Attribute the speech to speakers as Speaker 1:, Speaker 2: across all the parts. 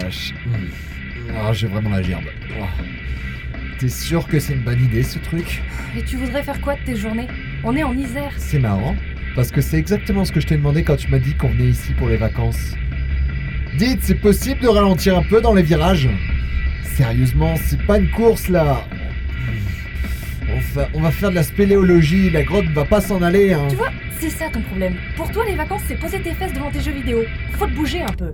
Speaker 1: tâche. Oh Ah, j'ai vraiment la gerbe. Ouah. T'es sûr que c'est une bonne idée ce truc
Speaker 2: Et tu voudrais faire quoi de tes journées On est en Isère.
Speaker 1: C'est marrant, parce que c'est exactement ce que je t'ai demandé quand tu m'as dit qu'on venait ici pour les vacances. Dites, c'est possible de ralentir un peu dans les virages Sérieusement, c'est pas une course là on va, on va faire de la spéléologie, la grotte va pas s'en aller. Hein.
Speaker 2: Tu vois, c'est ça ton problème. Pour toi, les vacances, c'est poser tes fesses devant tes jeux vidéo. Faut te bouger un peu.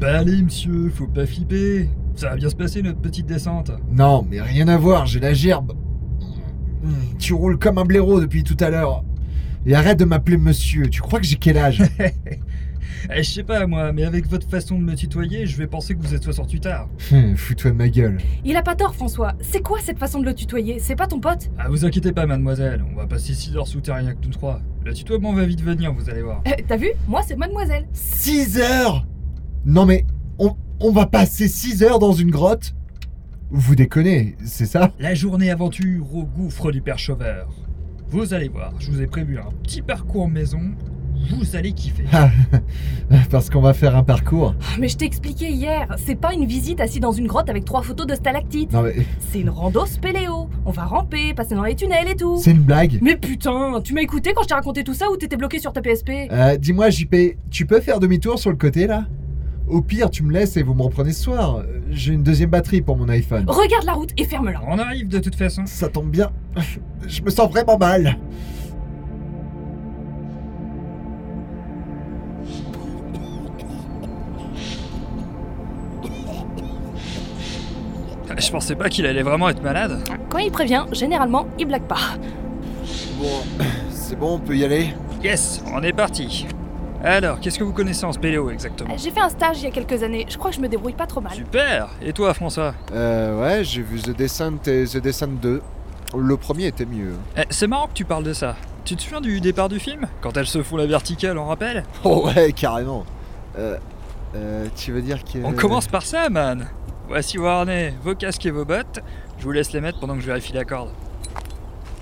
Speaker 3: Bah allez, monsieur, faut pas flipper. Ça va bien se passer notre petite descente.
Speaker 1: Non, mais rien à voir, j'ai la gerbe. Mm, Tu roules comme un blaireau depuis tout à l'heure. Et arrête de m'appeler monsieur, tu crois que j'ai quel âge
Speaker 3: Eh, je sais pas moi, mais avec votre façon de me tutoyer, je vais penser que vous êtes 68 tard.
Speaker 1: Hum, Fous-toi de ma gueule.
Speaker 2: Il a pas tort, François. C'est quoi cette façon de le tutoyer C'est pas ton pote
Speaker 3: Ah, vous inquiétez pas, mademoiselle, on va passer 6 heures sous terre rien que nous trois. Le tutoiement va vite venir, vous allez voir.
Speaker 2: Euh, T'as vu Moi, c'est mademoiselle.
Speaker 1: 6 heures Non mais, on, on va passer 6 heures dans une grotte Vous déconnez, c'est ça
Speaker 3: La journée aventure au gouffre du Père Chauveur. Vous allez voir, je vous ai prévu un petit parcours maison, vous allez kiffer.
Speaker 1: Ah, Parce qu'on va faire un parcours
Speaker 2: Ah, Mais je t'ai expliqué hier, c'est pas une visite assis dans une grotte avec trois photos de stalactites.
Speaker 1: Non mais,
Speaker 2: C'est une rando spéléo. On va ramper, passer dans les tunnels et tout.
Speaker 1: c'est une blague
Speaker 2: Mais putain, tu m'as écouté quand je t'ai raconté tout ça ou t'étais bloqué sur ta PSP
Speaker 1: Euh, Dis-moi JP, tu peux faire demi-tour sur le côté là Au pire, tu me laisses et vous me reprenez ce soir. Euh, J'ai une deuxième batterie pour mon iPhone.
Speaker 2: Regarde la route et ferme-la.
Speaker 3: Ah, On arrive de toute façon.
Speaker 1: Ça tombe bien, je me sens vraiment mal
Speaker 3: Ah, Je pensais pas qu'il allait vraiment être malade.
Speaker 2: Quand il prévient, généralement, il blague pas.
Speaker 1: Bon, c'est bon, on peut y aller
Speaker 3: Yes, on est parti. Alors, qu'est-ce que vous connaissez en spéléo exactement
Speaker 2: Euh, J'ai fait un stage il y a quelques années, je crois que je me débrouille pas trop mal.
Speaker 3: Super Et toi, François
Speaker 1: Euh, ouais, j'ai vu The Descent et The Descent 2. Le premier était mieux.
Speaker 3: Eh, C'est marrant que tu parles de ça. Tu te souviens du départ du film Quand elles se font la verticale, on rappelle
Speaker 1: Oh ouais, carrément. Euh, euh, tu veux dire que...
Speaker 3: On commence par ça, man Voici Warney, vos casques et vos bottes. Je vous laisse les mettre pendant que je vérifie la corde.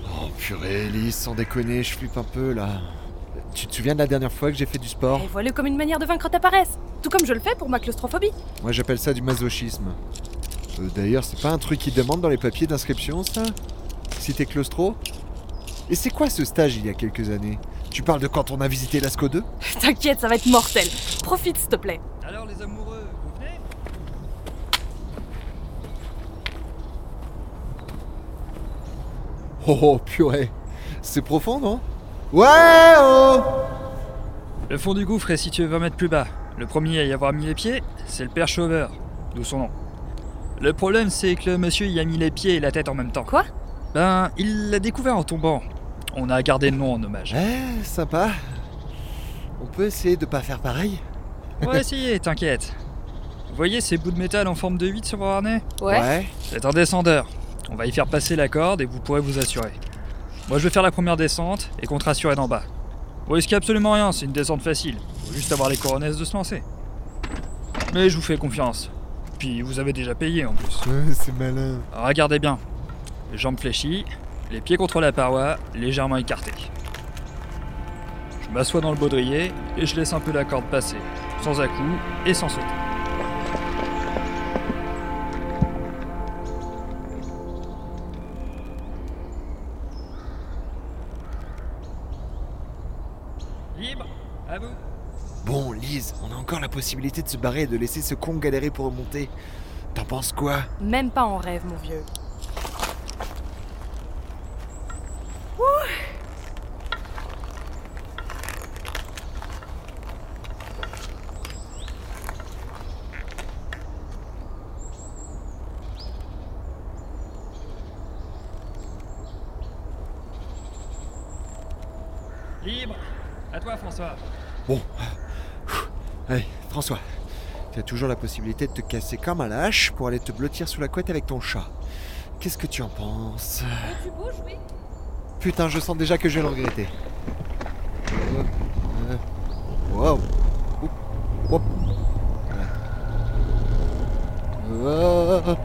Speaker 1: Oh purée, Elise, sans déconner, je flippe un peu là. Tu te souviens de la dernière fois que j'ai fait du sport
Speaker 2: Et voilà comme une manière de vaincre ta paresse, tout comme je le fais pour ma claustrophobie.
Speaker 1: Moi j'appelle ça du masochisme. Euh, D'ailleurs, c'est pas un truc qu'ils demandent dans les papiers d'inscription ça Si t'es claustro Et c'est quoi ce stage il y a quelques années Tu parles de quand on a visité Lascaux 2
Speaker 2: T'inquiète, ça va être mortel. Profite s'il te plaît.
Speaker 3: Alors, les amoureux, vous venez
Speaker 1: Oh, oh purée, c'est profond non Ouais oh
Speaker 3: Le fond du gouffre est situé 20 mètres plus bas. Le premier à y avoir mis les pieds, c'est le père Chauveur, d'où son nom. Le problème, c'est que le monsieur y a mis les pieds et la tête en même temps.
Speaker 2: Quoi
Speaker 3: Ben, il l'a découvert en tombant. On a gardé le nom en hommage.
Speaker 1: Eh, sympa. On peut essayer de pas faire pareil
Speaker 3: On va essayer, t'inquiète. Vous voyez ces bouts de métal en forme de 8 sur vos harnais C'est un descendeur. On va y faire passer la corde et vous pourrez vous assurer. Moi je vais faire la première descente et contre assurer d'en bas. Vous risquez absolument rien, c'est une descente facile. Faut juste avoir les coronesses de se lancer. Mais je vous fais confiance. Puis vous avez déjà payé en plus.
Speaker 1: Ouais, c'est malin.
Speaker 3: Alors, regardez bien. Les jambes fléchies, les pieds contre la paroi, légèrement écartés. Je m'assois dans le baudrier et je laisse un peu la corde passer, sans à-coup et sans sauter. Libre, à vous.
Speaker 1: Bon, Lise, on a encore la possibilité de se barrer et de laisser ce con galérer pour remonter. T'en penses quoi
Speaker 2: Même pas en rêve, mon vieux.
Speaker 3: Libre, à toi François.
Speaker 1: Allez, François, tu as toujours la possibilité de te casser comme un lâche pour aller te blottir sous la couette avec ton chat. Qu'est-ce que tu en penses
Speaker 2: tu bouges, oui
Speaker 1: Putain, je sens déjà que je vais le regretter. Euh, oh. euh, Wow. Oup, oup. Euh. Ah.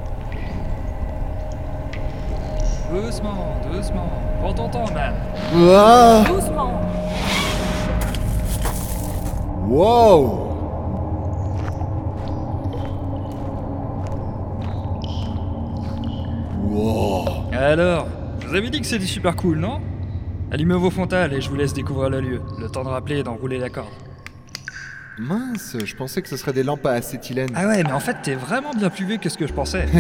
Speaker 3: Doucement, doucement. Prends ton temps, man.
Speaker 1: Ah.
Speaker 2: Doucement
Speaker 1: Wow
Speaker 3: Alors, je vous avais dit que c'était super cool, non Allumez vos frontales et je vous laisse découvrir le lieu. Le temps de rappeler et d'enrouler la corde.
Speaker 1: Mince, je pensais que ce serait des lampes à acétylène.
Speaker 3: Ah ouais, mais en fait, t'es vraiment bien plus vieux que ce que je pensais.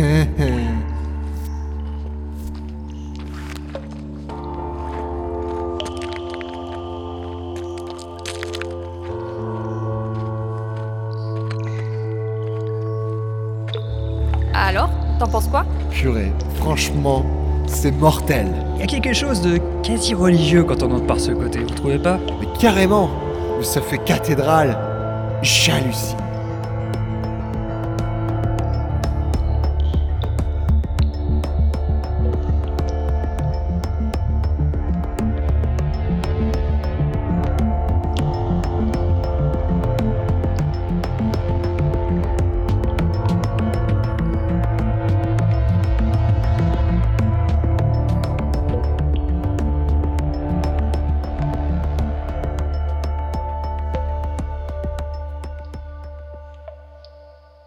Speaker 2: Alors, t'en penses quoi
Speaker 1: Purée, franchement, c'est mortel.
Speaker 3: Il y a quelque chose de quasi religieux quand on entre par ce côté, vous trouvez pas
Speaker 1: Mais carrément, ça fait cathédrale. J'hallucine.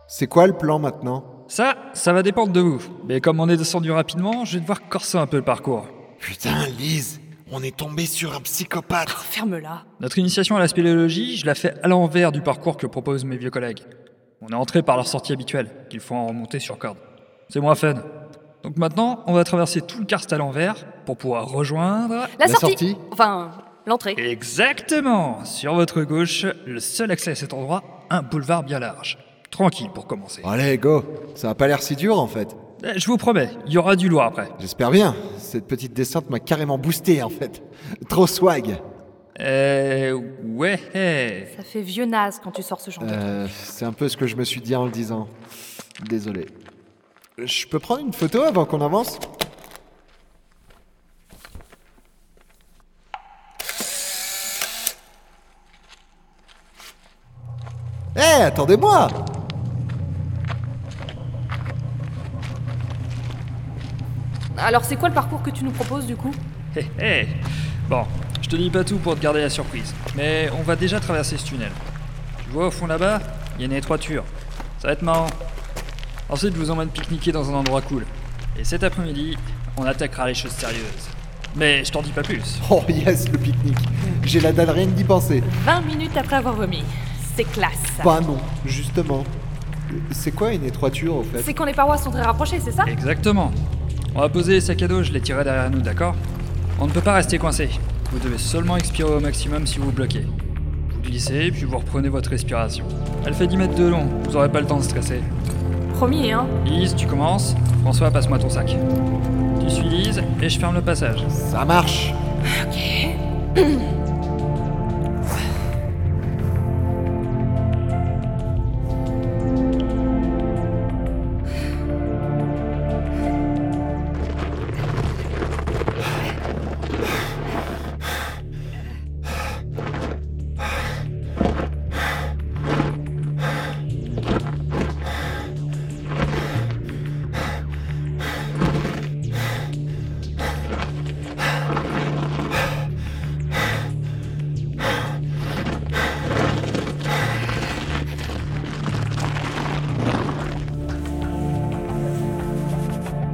Speaker 1: C'est quoi le plan maintenant
Speaker 3: Ça, ça va dépendre de vous. Mais comme on est descendu rapidement, je vais devoir corser un peu le parcours.
Speaker 1: Putain, Lise, on est tombé sur un psychopathe.
Speaker 2: Ferme-la.
Speaker 3: Notre initiation à la spéléologie, je la fais à l'envers du parcours que proposent mes vieux collègues. On est entré par leur sortie habituelle, qu'il faut en remonter sur corde. C'est moins fun. Donc maintenant, on va traverser tout le karst à l'envers pour pouvoir rejoindre...
Speaker 2: La,
Speaker 1: La
Speaker 2: sortie.
Speaker 1: sortie
Speaker 2: Enfin, l'entrée.
Speaker 3: Exactement Sur votre gauche, le seul accès à cet endroit, un boulevard bien large. Tranquille pour commencer.
Speaker 1: Allez, go. Ça a pas l'air si dur en fait.
Speaker 3: Eh, Je vous promets, il y aura du lourd après.
Speaker 1: J'espère bien. Cette petite descente m'a carrément boosté en fait. Trop swag.
Speaker 3: Euh... Ouais... eh.
Speaker 2: Ça fait vieux naze quand tu sors ce genre de truc.
Speaker 1: Euh, c'est un peu ce que je me suis dit en le disant. Désolé. Je peux prendre une photo avant qu'on avance Eh, attendez-moi
Speaker 2: Alors, c'est quoi le parcours que tu nous proposes du coup
Speaker 3: Hé hé. Bon, je te dis pas tout pour te garder la surprise, mais on va déjà traverser ce tunnel. Tu vois au fond là-bas, il y a une étroiture. Ça va être marrant. Ensuite, je vous emmène pique-niquer dans un endroit cool. Et cet après-midi, on attaquera les choses sérieuses. Mais je t'en dis pas plus.
Speaker 1: Oh yes, le pique-nique J'ai la dalle rien d'y penser.
Speaker 2: 20 minutes après avoir vomi. C'est classe. ça.
Speaker 1: Bah non, justement. C'est quoi une étroiture au fait
Speaker 2: C'est quand les parois sont très rapprochées, c'est ça
Speaker 3: Exactement. On va poser les sacs à dos, je les tirerai derrière nous, d'accord On ne peut pas rester coincé. Vous devez seulement expirer au maximum si vous vous bloquez. Vous glissez, puis vous reprenez votre respiration. Elle fait 10 mètres de long, vous aurez pas le temps de stresser.
Speaker 2: Promis, hein
Speaker 3: Lise, tu commences. François, passe-moi ton sac. Tu suis Lise et je ferme le passage.
Speaker 1: Ça marche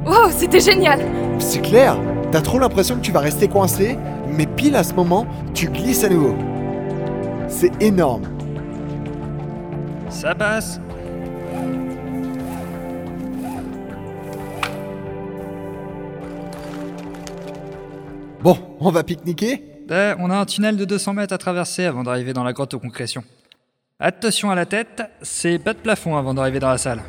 Speaker 2: Wow, c'était génial
Speaker 1: C'est clair, t'as trop l'impression que tu vas rester coincé, mais pile à ce moment, tu glisses à nouveau. C'est énorme.
Speaker 3: Ça passe.
Speaker 1: Bon, on va pique-niquer
Speaker 3: Euh, on a un tunnel de 200 mètres à traverser avant d'arriver dans la grotte aux concrétions. Attention à la tête, c'est pas de plafond avant d'arriver dans la salle.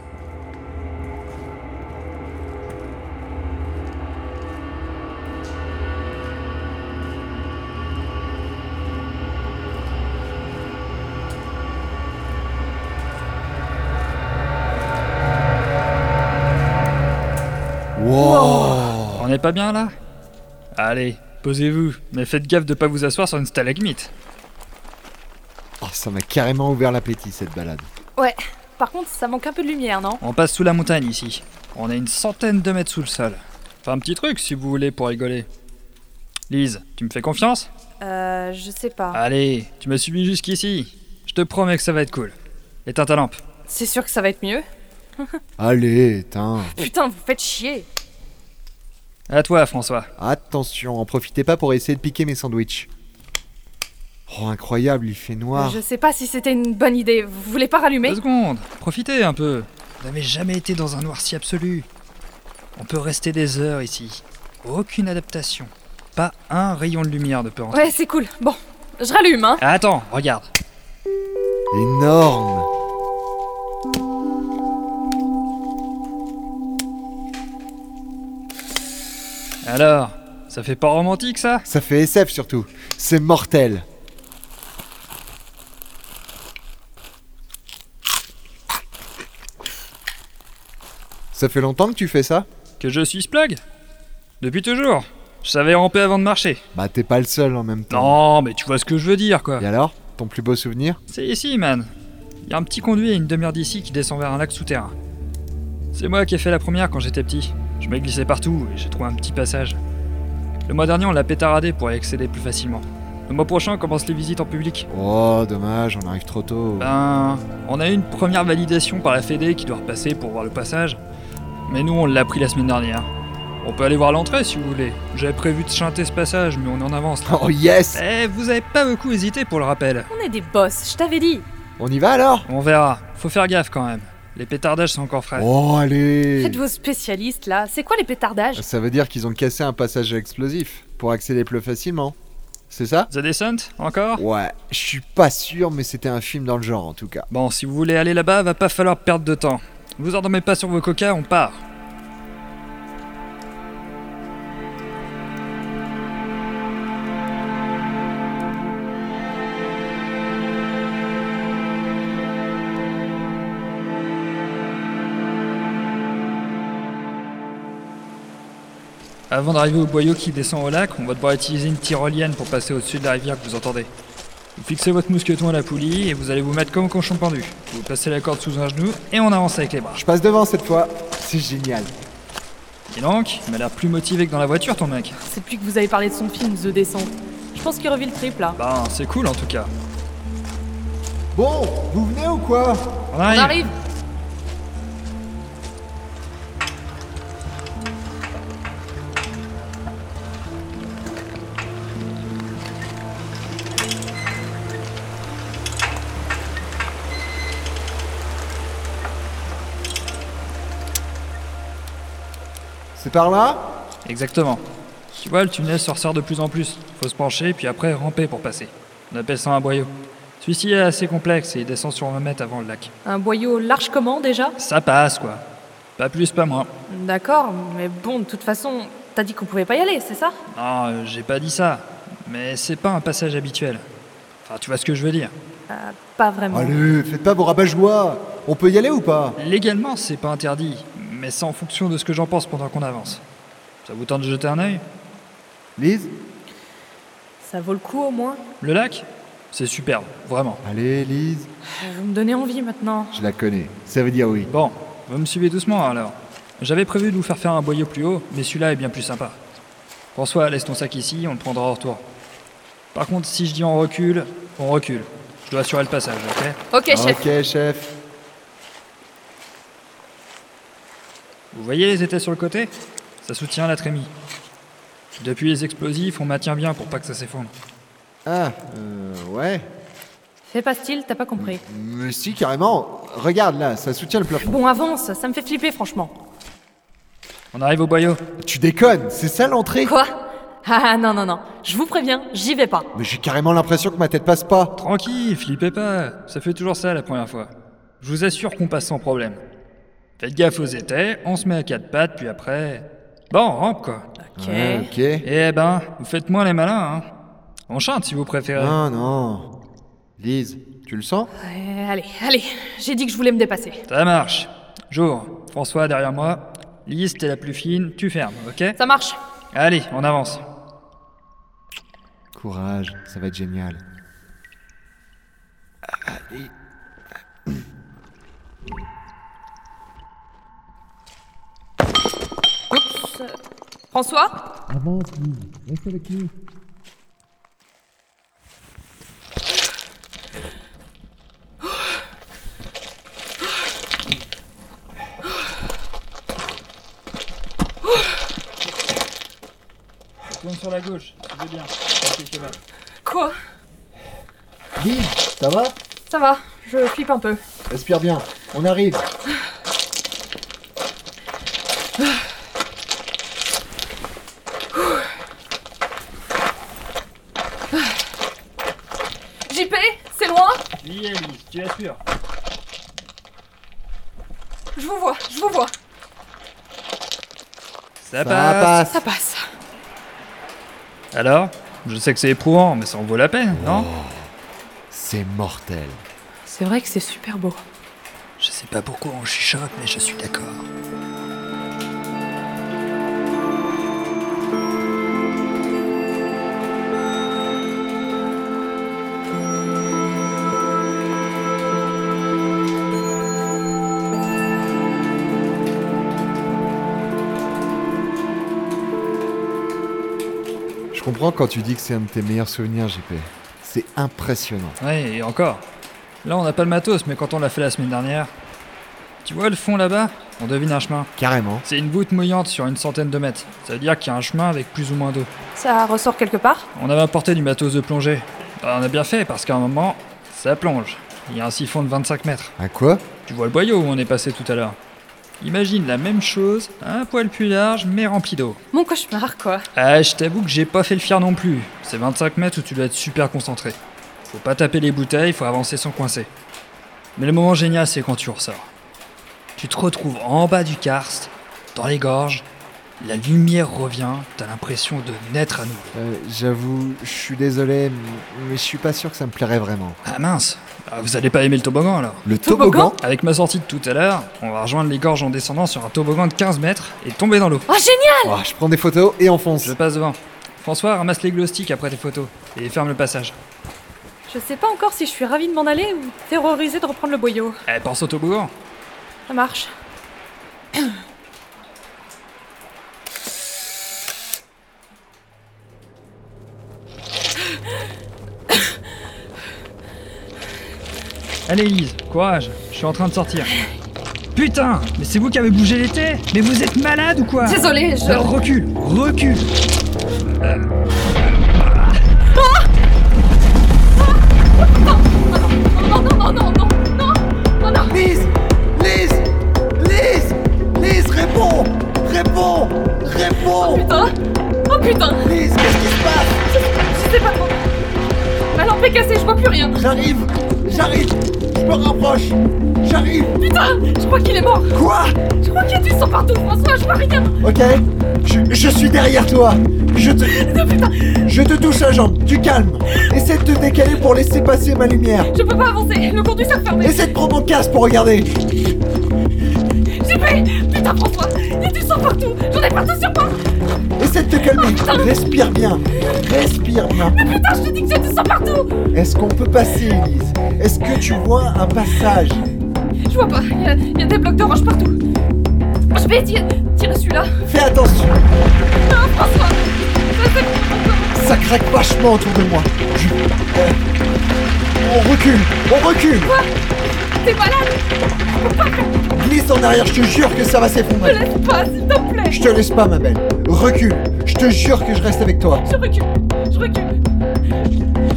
Speaker 1: Wow
Speaker 3: On n'est pas bien là Allez, posez-vous, mais faites gaffe de pas vous asseoir sur une stalagmite.
Speaker 1: Oh, Ça m'a carrément ouvert l'appétit cette balade.
Speaker 2: Ouais. Par contre, ça manque un peu de lumière, non
Speaker 3: On passe sous la montagne ici. On est une centaine de mètres sous le sol. Enfin, un petit truc si vous voulez pour rigoler. Lise, tu me fais confiance
Speaker 2: Euh, je sais pas.
Speaker 3: Allez, tu m'as suivi jusqu'ici. Je te promets que ça va être cool. Éteins ta lampe.
Speaker 2: C'est sûr que ça va être mieux.
Speaker 1: Allez, tiens.
Speaker 2: Putain, vous faites chier
Speaker 3: À toi, François.
Speaker 1: Attention, en profitez pas pour essayer de piquer mes sandwichs. Oh, incroyable, il fait noir.
Speaker 2: Je sais pas si c'était une bonne idée. Vous voulez pas rallumer
Speaker 3: Deux secondes, profitez un peu. Vous n'avez jamais été dans un noir si absolu. On peut rester des heures ici. Aucune adaptation. Pas un rayon de lumière ne peut entrer.
Speaker 2: Ouais, c'est cool. Bon, je rallume, hein.
Speaker 3: Ah, Attends, regarde.
Speaker 1: Énorme.
Speaker 3: Alors, ça fait pas romantique ça
Speaker 1: Ça fait SF surtout. C'est mortel. Ça fait longtemps que tu fais ça
Speaker 3: Que je suis Splug Depuis toujours. Je savais ramper avant de marcher.
Speaker 1: Bah t'es pas le seul en même temps.
Speaker 3: Non, mais tu vois ce que je veux dire quoi.
Speaker 1: Et alors Ton plus beau souvenir
Speaker 3: C'est ici, man. Il y a un petit conduit à une demi-heure d'ici qui descend vers un lac souterrain. C'est moi qui ai fait la première quand j'étais petit. Je me glissais partout et j'ai trouvé un petit passage. Le mois dernier, on l'a pétaradé pour y accéder plus facilement. Le mois prochain, on commence les visites en public.
Speaker 1: Oh dommage, on arrive trop tôt.
Speaker 3: Ben, on a eu une première validation par la Fédé qui doit repasser pour voir le passage. Mais nous, on l'a pris la semaine dernière. On peut aller voir l'entrée si vous voulez. J'avais prévu de chanter ce passage, mais on est en avance là.
Speaker 1: Oh yes
Speaker 3: Eh, vous avez pas beaucoup hésité pour le rappel.
Speaker 2: On est des boss, je t'avais dit.
Speaker 1: On y va alors
Speaker 3: On verra. Faut faire gaffe quand même. Les pétardages sont encore frais.
Speaker 1: Oh allez
Speaker 2: Faites vos spécialistes là. C'est quoi les pétardages
Speaker 1: Ça veut dire qu'ils ont cassé un passage explosif pour accéder plus facilement. C'est ça
Speaker 3: The Descent, encore
Speaker 1: Ouais, je suis pas sûr, mais c'était un film dans le genre en tout cas.
Speaker 3: Bon, si vous voulez aller là-bas, va pas falloir perdre de temps. Vous endormez pas sur vos coca, on part. Avant d'arriver au boyau qui descend au lac, on va devoir utiliser une tyrolienne pour passer au-dessus de la rivière que vous entendez. Vous fixez votre mousqueton à la poulie et vous allez vous mettre comme cochon pendu. Vous passez la corde sous un genou et on avance avec les bras.
Speaker 1: Je passe devant cette fois, c'est génial.
Speaker 3: Et donc, il m'a l'air plus motivé que dans la voiture ton mec.
Speaker 2: C'est plus que vous avez parlé de son film The Descent. Je pense qu'il revit le trip là.
Speaker 3: Ben, c'est cool en tout cas.
Speaker 1: Bon, vous venez ou quoi
Speaker 3: On
Speaker 2: On
Speaker 3: arrive.
Speaker 2: arrive
Speaker 1: C'est par là
Speaker 3: Exactement. Tu vois, le tunnel se ressort de plus en plus. Faut se pencher puis après ramper pour passer. On appelle ça un boyau. Celui-ci est assez complexe et il descend sur 20 mètres avant le lac.
Speaker 2: Un boyau large comment déjà
Speaker 3: Ça passe quoi. Pas plus, pas moins.
Speaker 2: D'accord, mais bon, de toute façon, t'as dit qu'on pouvait pas y aller, c'est ça
Speaker 3: Non, euh, j'ai pas dit ça. Mais c'est pas un passage habituel. Enfin, tu vois ce que je veux dire.
Speaker 2: Pas vraiment.
Speaker 1: Allez, faites pas vos rabat-joie On peut y aller ou pas
Speaker 3: Légalement, c'est pas interdit, mais c'est en fonction de ce que j'en pense pendant qu'on avance. Ça vous tente de jeter un œil
Speaker 1: Lise
Speaker 2: Ça vaut le coup au moins.
Speaker 3: Le lac C'est superbe, vraiment.
Speaker 1: Allez, Lise.
Speaker 2: Euh, Vous me donnez envie maintenant.
Speaker 1: Je la connais, ça veut dire oui.
Speaker 3: Bon, vous me suivez doucement alors. J'avais prévu de vous faire faire un boyau plus haut, mais celui-là est bien plus sympa. François, laisse ton sac ici, on le prendra en retour. Par contre, si je dis on recule, on recule. Je dois assurer le passage, ok
Speaker 2: Ok, chef.
Speaker 1: Ok, chef.
Speaker 3: Vous voyez les étais sur le côté Ça soutient la trémie. Depuis les explosifs, on maintient bien pour pas que ça s'effondre.
Speaker 1: Ah, euh, ouais.
Speaker 2: Fais pas style, t'as pas compris.
Speaker 1: Mais si, carrément. Regarde là, ça soutient le plafond.
Speaker 2: Bon, avance, ça me fait flipper franchement.
Speaker 3: On arrive au boyau.
Speaker 1: Tu déconnes, c'est ça l'entrée
Speaker 2: Quoi Ah non, non, non, je vous préviens, j'y vais pas.
Speaker 1: Mais j'ai carrément l'impression que ma tête passe pas.
Speaker 3: Tranquille, flippez pas, ça fait toujours ça la première fois. Je vous assure qu'on passe sans problème. Faites gaffe aux étais, on se met à quatre pattes, puis après... Bon, on rampe quoi.
Speaker 2: Ok.
Speaker 1: Ouais, ok.
Speaker 3: Eh ben, vous faites moins les malins, hein. On chante si vous préférez.
Speaker 1: Non, non. Lise, tu le sens
Speaker 2: Ouais, allez, allez, j'ai dit que je voulais me dépasser.
Speaker 3: Ça marche. Jour, François derrière moi. Lise, t'es la plus fine, tu fermes, ok
Speaker 2: Ça marche
Speaker 3: Allez, on avance.
Speaker 1: Courage, ça va être génial. Allez.
Speaker 2: Oups. François
Speaker 1: Avance, Lise, reste avec nous.
Speaker 3: tourne sur la gauche, tu veux bien. Ok, je vais là.
Speaker 2: Quoi
Speaker 1: Dis, ça va
Speaker 2: Ça va, je flippe un peu.
Speaker 1: Respire bien, on arrive.
Speaker 2: JP, c'est loin
Speaker 3: Oui, Alice, tu assures.
Speaker 2: Je vous vois, je vous vois.
Speaker 3: Ça, passe.
Speaker 2: Ça passe.
Speaker 3: Alors Je sais que c'est éprouvant, mais ça en vaut la peine, non
Speaker 4: C'est mortel.
Speaker 2: C'est vrai que c'est super beau.
Speaker 3: Je sais pas pourquoi on chuchote, mais je suis d'accord.
Speaker 1: Je comprends quand tu dis que c'est un de tes meilleurs souvenirs, JP. C'est impressionnant.
Speaker 3: Ouais, et encore. Là, on n'a pas le matos, mais quand on l'a fait la semaine dernière. Tu vois le fond là-bas On devine un chemin.
Speaker 1: Carrément.
Speaker 3: C'est une voûte mouillante sur une centaine de mètres. Ça veut dire qu'il y a un chemin avec plus ou moins d'eau.
Speaker 2: Ça ressort quelque part
Speaker 3: On avait apporté du matos de plongée. Alors, on a bien fait parce qu'à un moment, ça plonge. Il y a un siphon de 25 mètres.
Speaker 1: À quoi
Speaker 3: Tu vois le boyau où on est passé tout à l'heure. Imagine la même chose, un poil plus large, mais rempli d'eau.
Speaker 2: Mon cauchemar, quoi.
Speaker 3: Ah, je t'avoue que j'ai pas fait le fier non plus. C'est 25 mètres où tu dois être super concentré. Faut pas taper les bouteilles, faut avancer sans coincer. Mais le moment génial, c'est quand tu ressors. Tu te retrouves en bas du karst, dans les gorges, la lumière revient, t'as l'impression de naître à nouveau.
Speaker 1: Euh, J'avoue, je suis désolé, m- mais je suis pas sûr que ça me plairait vraiment.
Speaker 3: Ah mince, Ah, vous allez pas aimer le toboggan alors
Speaker 1: Le
Speaker 2: Toboggan
Speaker 3: Avec ma sortie de tout à l'heure, on va rejoindre les gorges en descendant sur un toboggan de 15 mètres et tomber dans l'eau.
Speaker 2: Oh, génial
Speaker 1: Oh, Je prends des photos et on fonce.
Speaker 3: Je passe devant. François, ramasse les glow sticks après tes photos et ferme le passage.
Speaker 2: Je sais pas encore si je suis ravie de m'en aller ou terrorisée de reprendre le boyau.
Speaker 3: Eh, pense au toboggan
Speaker 2: Ça marche.
Speaker 3: Allez Lise, courage, je suis en train de sortir. Putain, mais c'est vous qui avez bougé l'été Mais vous êtes malade ou quoi
Speaker 2: Désolée, je...
Speaker 3: Alors recule, recule
Speaker 2: non, non, non
Speaker 1: Lise Lise Lise Lise, réponds Réponds Réponds
Speaker 2: Putain Oh putain
Speaker 1: Lise, qu'est-ce qui se passe
Speaker 2: Je sais pas trop. Ma lampe est cassée, je vois plus rien.
Speaker 1: J'arrive J'arrive Je me rapproche J'arrive
Speaker 2: Putain Je crois qu'il est mort
Speaker 1: Quoi
Speaker 2: Je crois qu'il y a du sang partout, François, je vois rien
Speaker 1: Ok je, je suis derrière toi Je te... Je te touche la jambe, du calme Essaie de te décaler pour laisser passer ma lumière
Speaker 2: Je peux pas avancer, le conduit s'est refermé
Speaker 1: Essaie de prendre mon casque pour regarder
Speaker 2: J'ai fait Putain, François Il y a du sang partout J'en ai partout sur moi
Speaker 1: Essaie de te calmer Respire bien Respire bien
Speaker 2: Putain, je te dis que j'ai du sang partout
Speaker 1: Est-ce qu'on peut passer, Elise Est-ce que tu vois un passage
Speaker 2: Je vois pas, il y, a- il y a des blocs d'orange partout Je vais tirer, tirer celui-là
Speaker 1: Fais attention
Speaker 2: Non, François Ça, c'est-
Speaker 1: Ça craque vachement autour de moi Je- euh, On recule On recule
Speaker 2: T'es malade
Speaker 1: Glisse en arrière, je te jure que ça va
Speaker 2: Me
Speaker 1: s'effondrer
Speaker 2: laisse pas, s'il te plaît
Speaker 1: Je te laisse pas, ma belle Recule Je te jure que je reste avec toi
Speaker 2: Je recule Je recule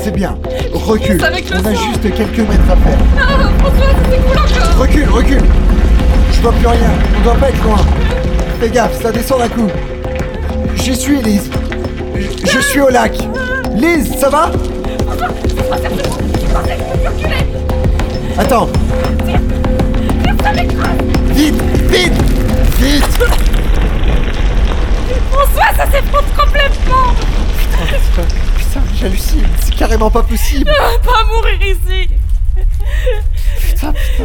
Speaker 1: C'est bien. Recule.
Speaker 2: Juste avec le
Speaker 1: On a
Speaker 2: sang.
Speaker 1: juste quelques mètres à faire.
Speaker 2: Ah, François, ça s'écoule encore
Speaker 1: Recule, recule. Je vois plus rien. On doit pas être loin. Fais gaffe, ça descend d'un coup. J'y suis, Lise. Je, je suis au lac. Lise, ça va
Speaker 2: François, c'est bon François, je peux reculer
Speaker 1: Attends.
Speaker 2: Ça m'écrase
Speaker 1: Vite, vite, vite.
Speaker 2: François, ça s'effondre complètement
Speaker 1: Putain, j'hallucine. C'est carrément pas possible.
Speaker 2: On va pas mourir ici
Speaker 1: Putain, putain.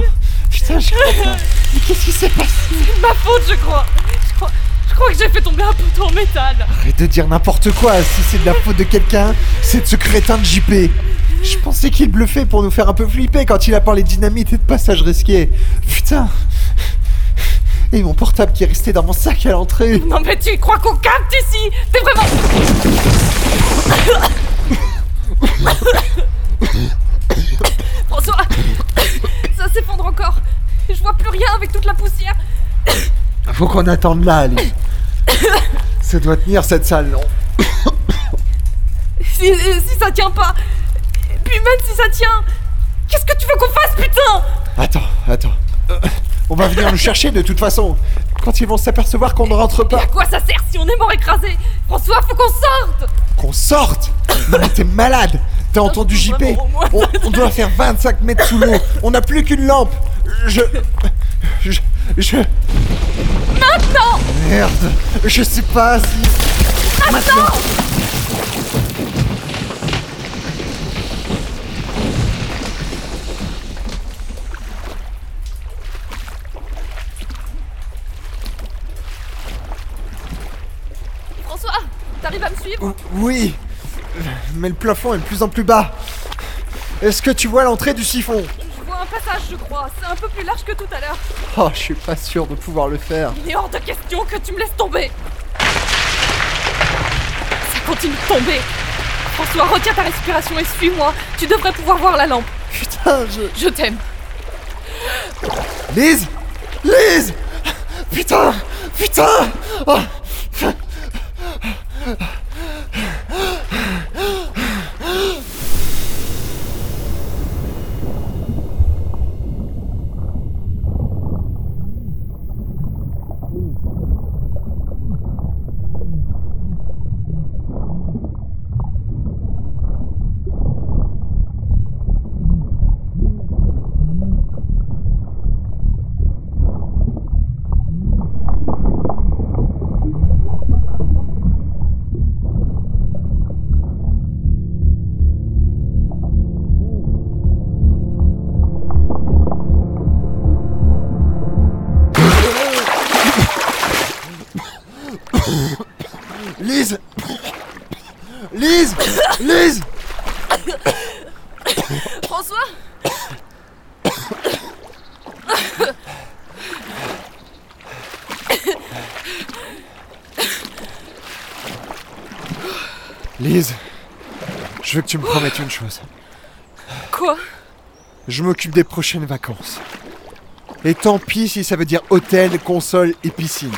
Speaker 1: Putain, je crois pas. Mais qu'est-ce qui s'est passé
Speaker 2: C'est de ma faute, je crois Je crois, je crois que j'ai fait tomber un poteau en métal
Speaker 1: Arrête de dire n'importe quoi. Si c'est de la faute de quelqu'un, c'est de ce crétin de JP. Je pensais qu'il bluffait pour nous faire un peu flipper quand il a parlé de dynamite et de passage risqué. Putain. Et mon portable qui est resté dans mon sac à l'entrée.
Speaker 2: Non mais tu crois qu'on capte ici T'es vraiment... François Ça s'effondre encore Je vois plus rien avec toute la poussière
Speaker 1: Faut qu'on attende là, allez. ça doit tenir cette salle, non
Speaker 2: Si, si ça tient pas Puis même si ça tient Qu'est-ce que tu veux qu'on fasse, putain
Speaker 1: Attends, attends. Euh, on va venir le chercher de toute façon. Quand ils vont s'apercevoir qu'on ne rentre
Speaker 2: Et
Speaker 1: pas,
Speaker 2: à quoi ça sert si on est mort écrasé François, faut qu'on sorte
Speaker 1: qu'on sorte Non mais t'es malade T'as entendu JP
Speaker 2: Vraiment, moi.
Speaker 1: on, on doit faire 25 mètres sous l'eau. On n'a plus qu'une lampe. Je... Je... Je...
Speaker 2: Maintenant
Speaker 1: Merde Je sais pas si...
Speaker 2: Maintenant François, t'arrives à me suivre
Speaker 1: Oui Mais le plafond est de plus en plus bas. Est-ce que tu vois l'entrée du siphon
Speaker 2: Je vois un passage, je crois. C'est un peu plus large que tout à l'heure.
Speaker 1: Oh, je suis pas sûr de pouvoir le faire.
Speaker 2: Il est hors de question que tu me laisses tomber Ça continue de tomber François, retiens ta respiration et suis-moi. Tu devrais pouvoir voir la lampe.
Speaker 1: Putain, je...
Speaker 2: Je t'aime.
Speaker 1: Lise Lise Putain Putain Oh. Lise Lise Lise
Speaker 2: François
Speaker 1: Lise Je veux que tu me promettes une chose.
Speaker 2: Quoi
Speaker 1: Je m'occupe des prochaines vacances. Et tant pis si ça veut dire hôtel, console et piscine.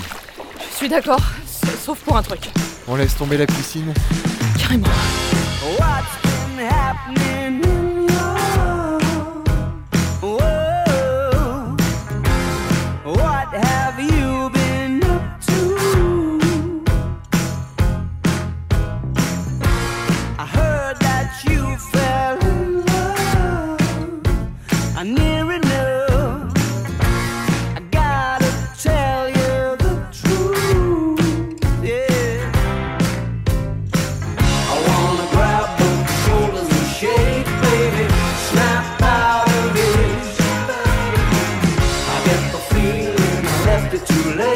Speaker 2: Je suis d'accord, sa- sauf pour un truc.
Speaker 1: On laisse tomber la piscine
Speaker 2: Carrément.
Speaker 5: What's been happening in your world? What have you been up to? I heard that you fell in love. I near enough. I gotta tell you the truth. Yeah. I wanna grab both shoulders and shake, baby. Snap out of it. I get the feeling I left it too late.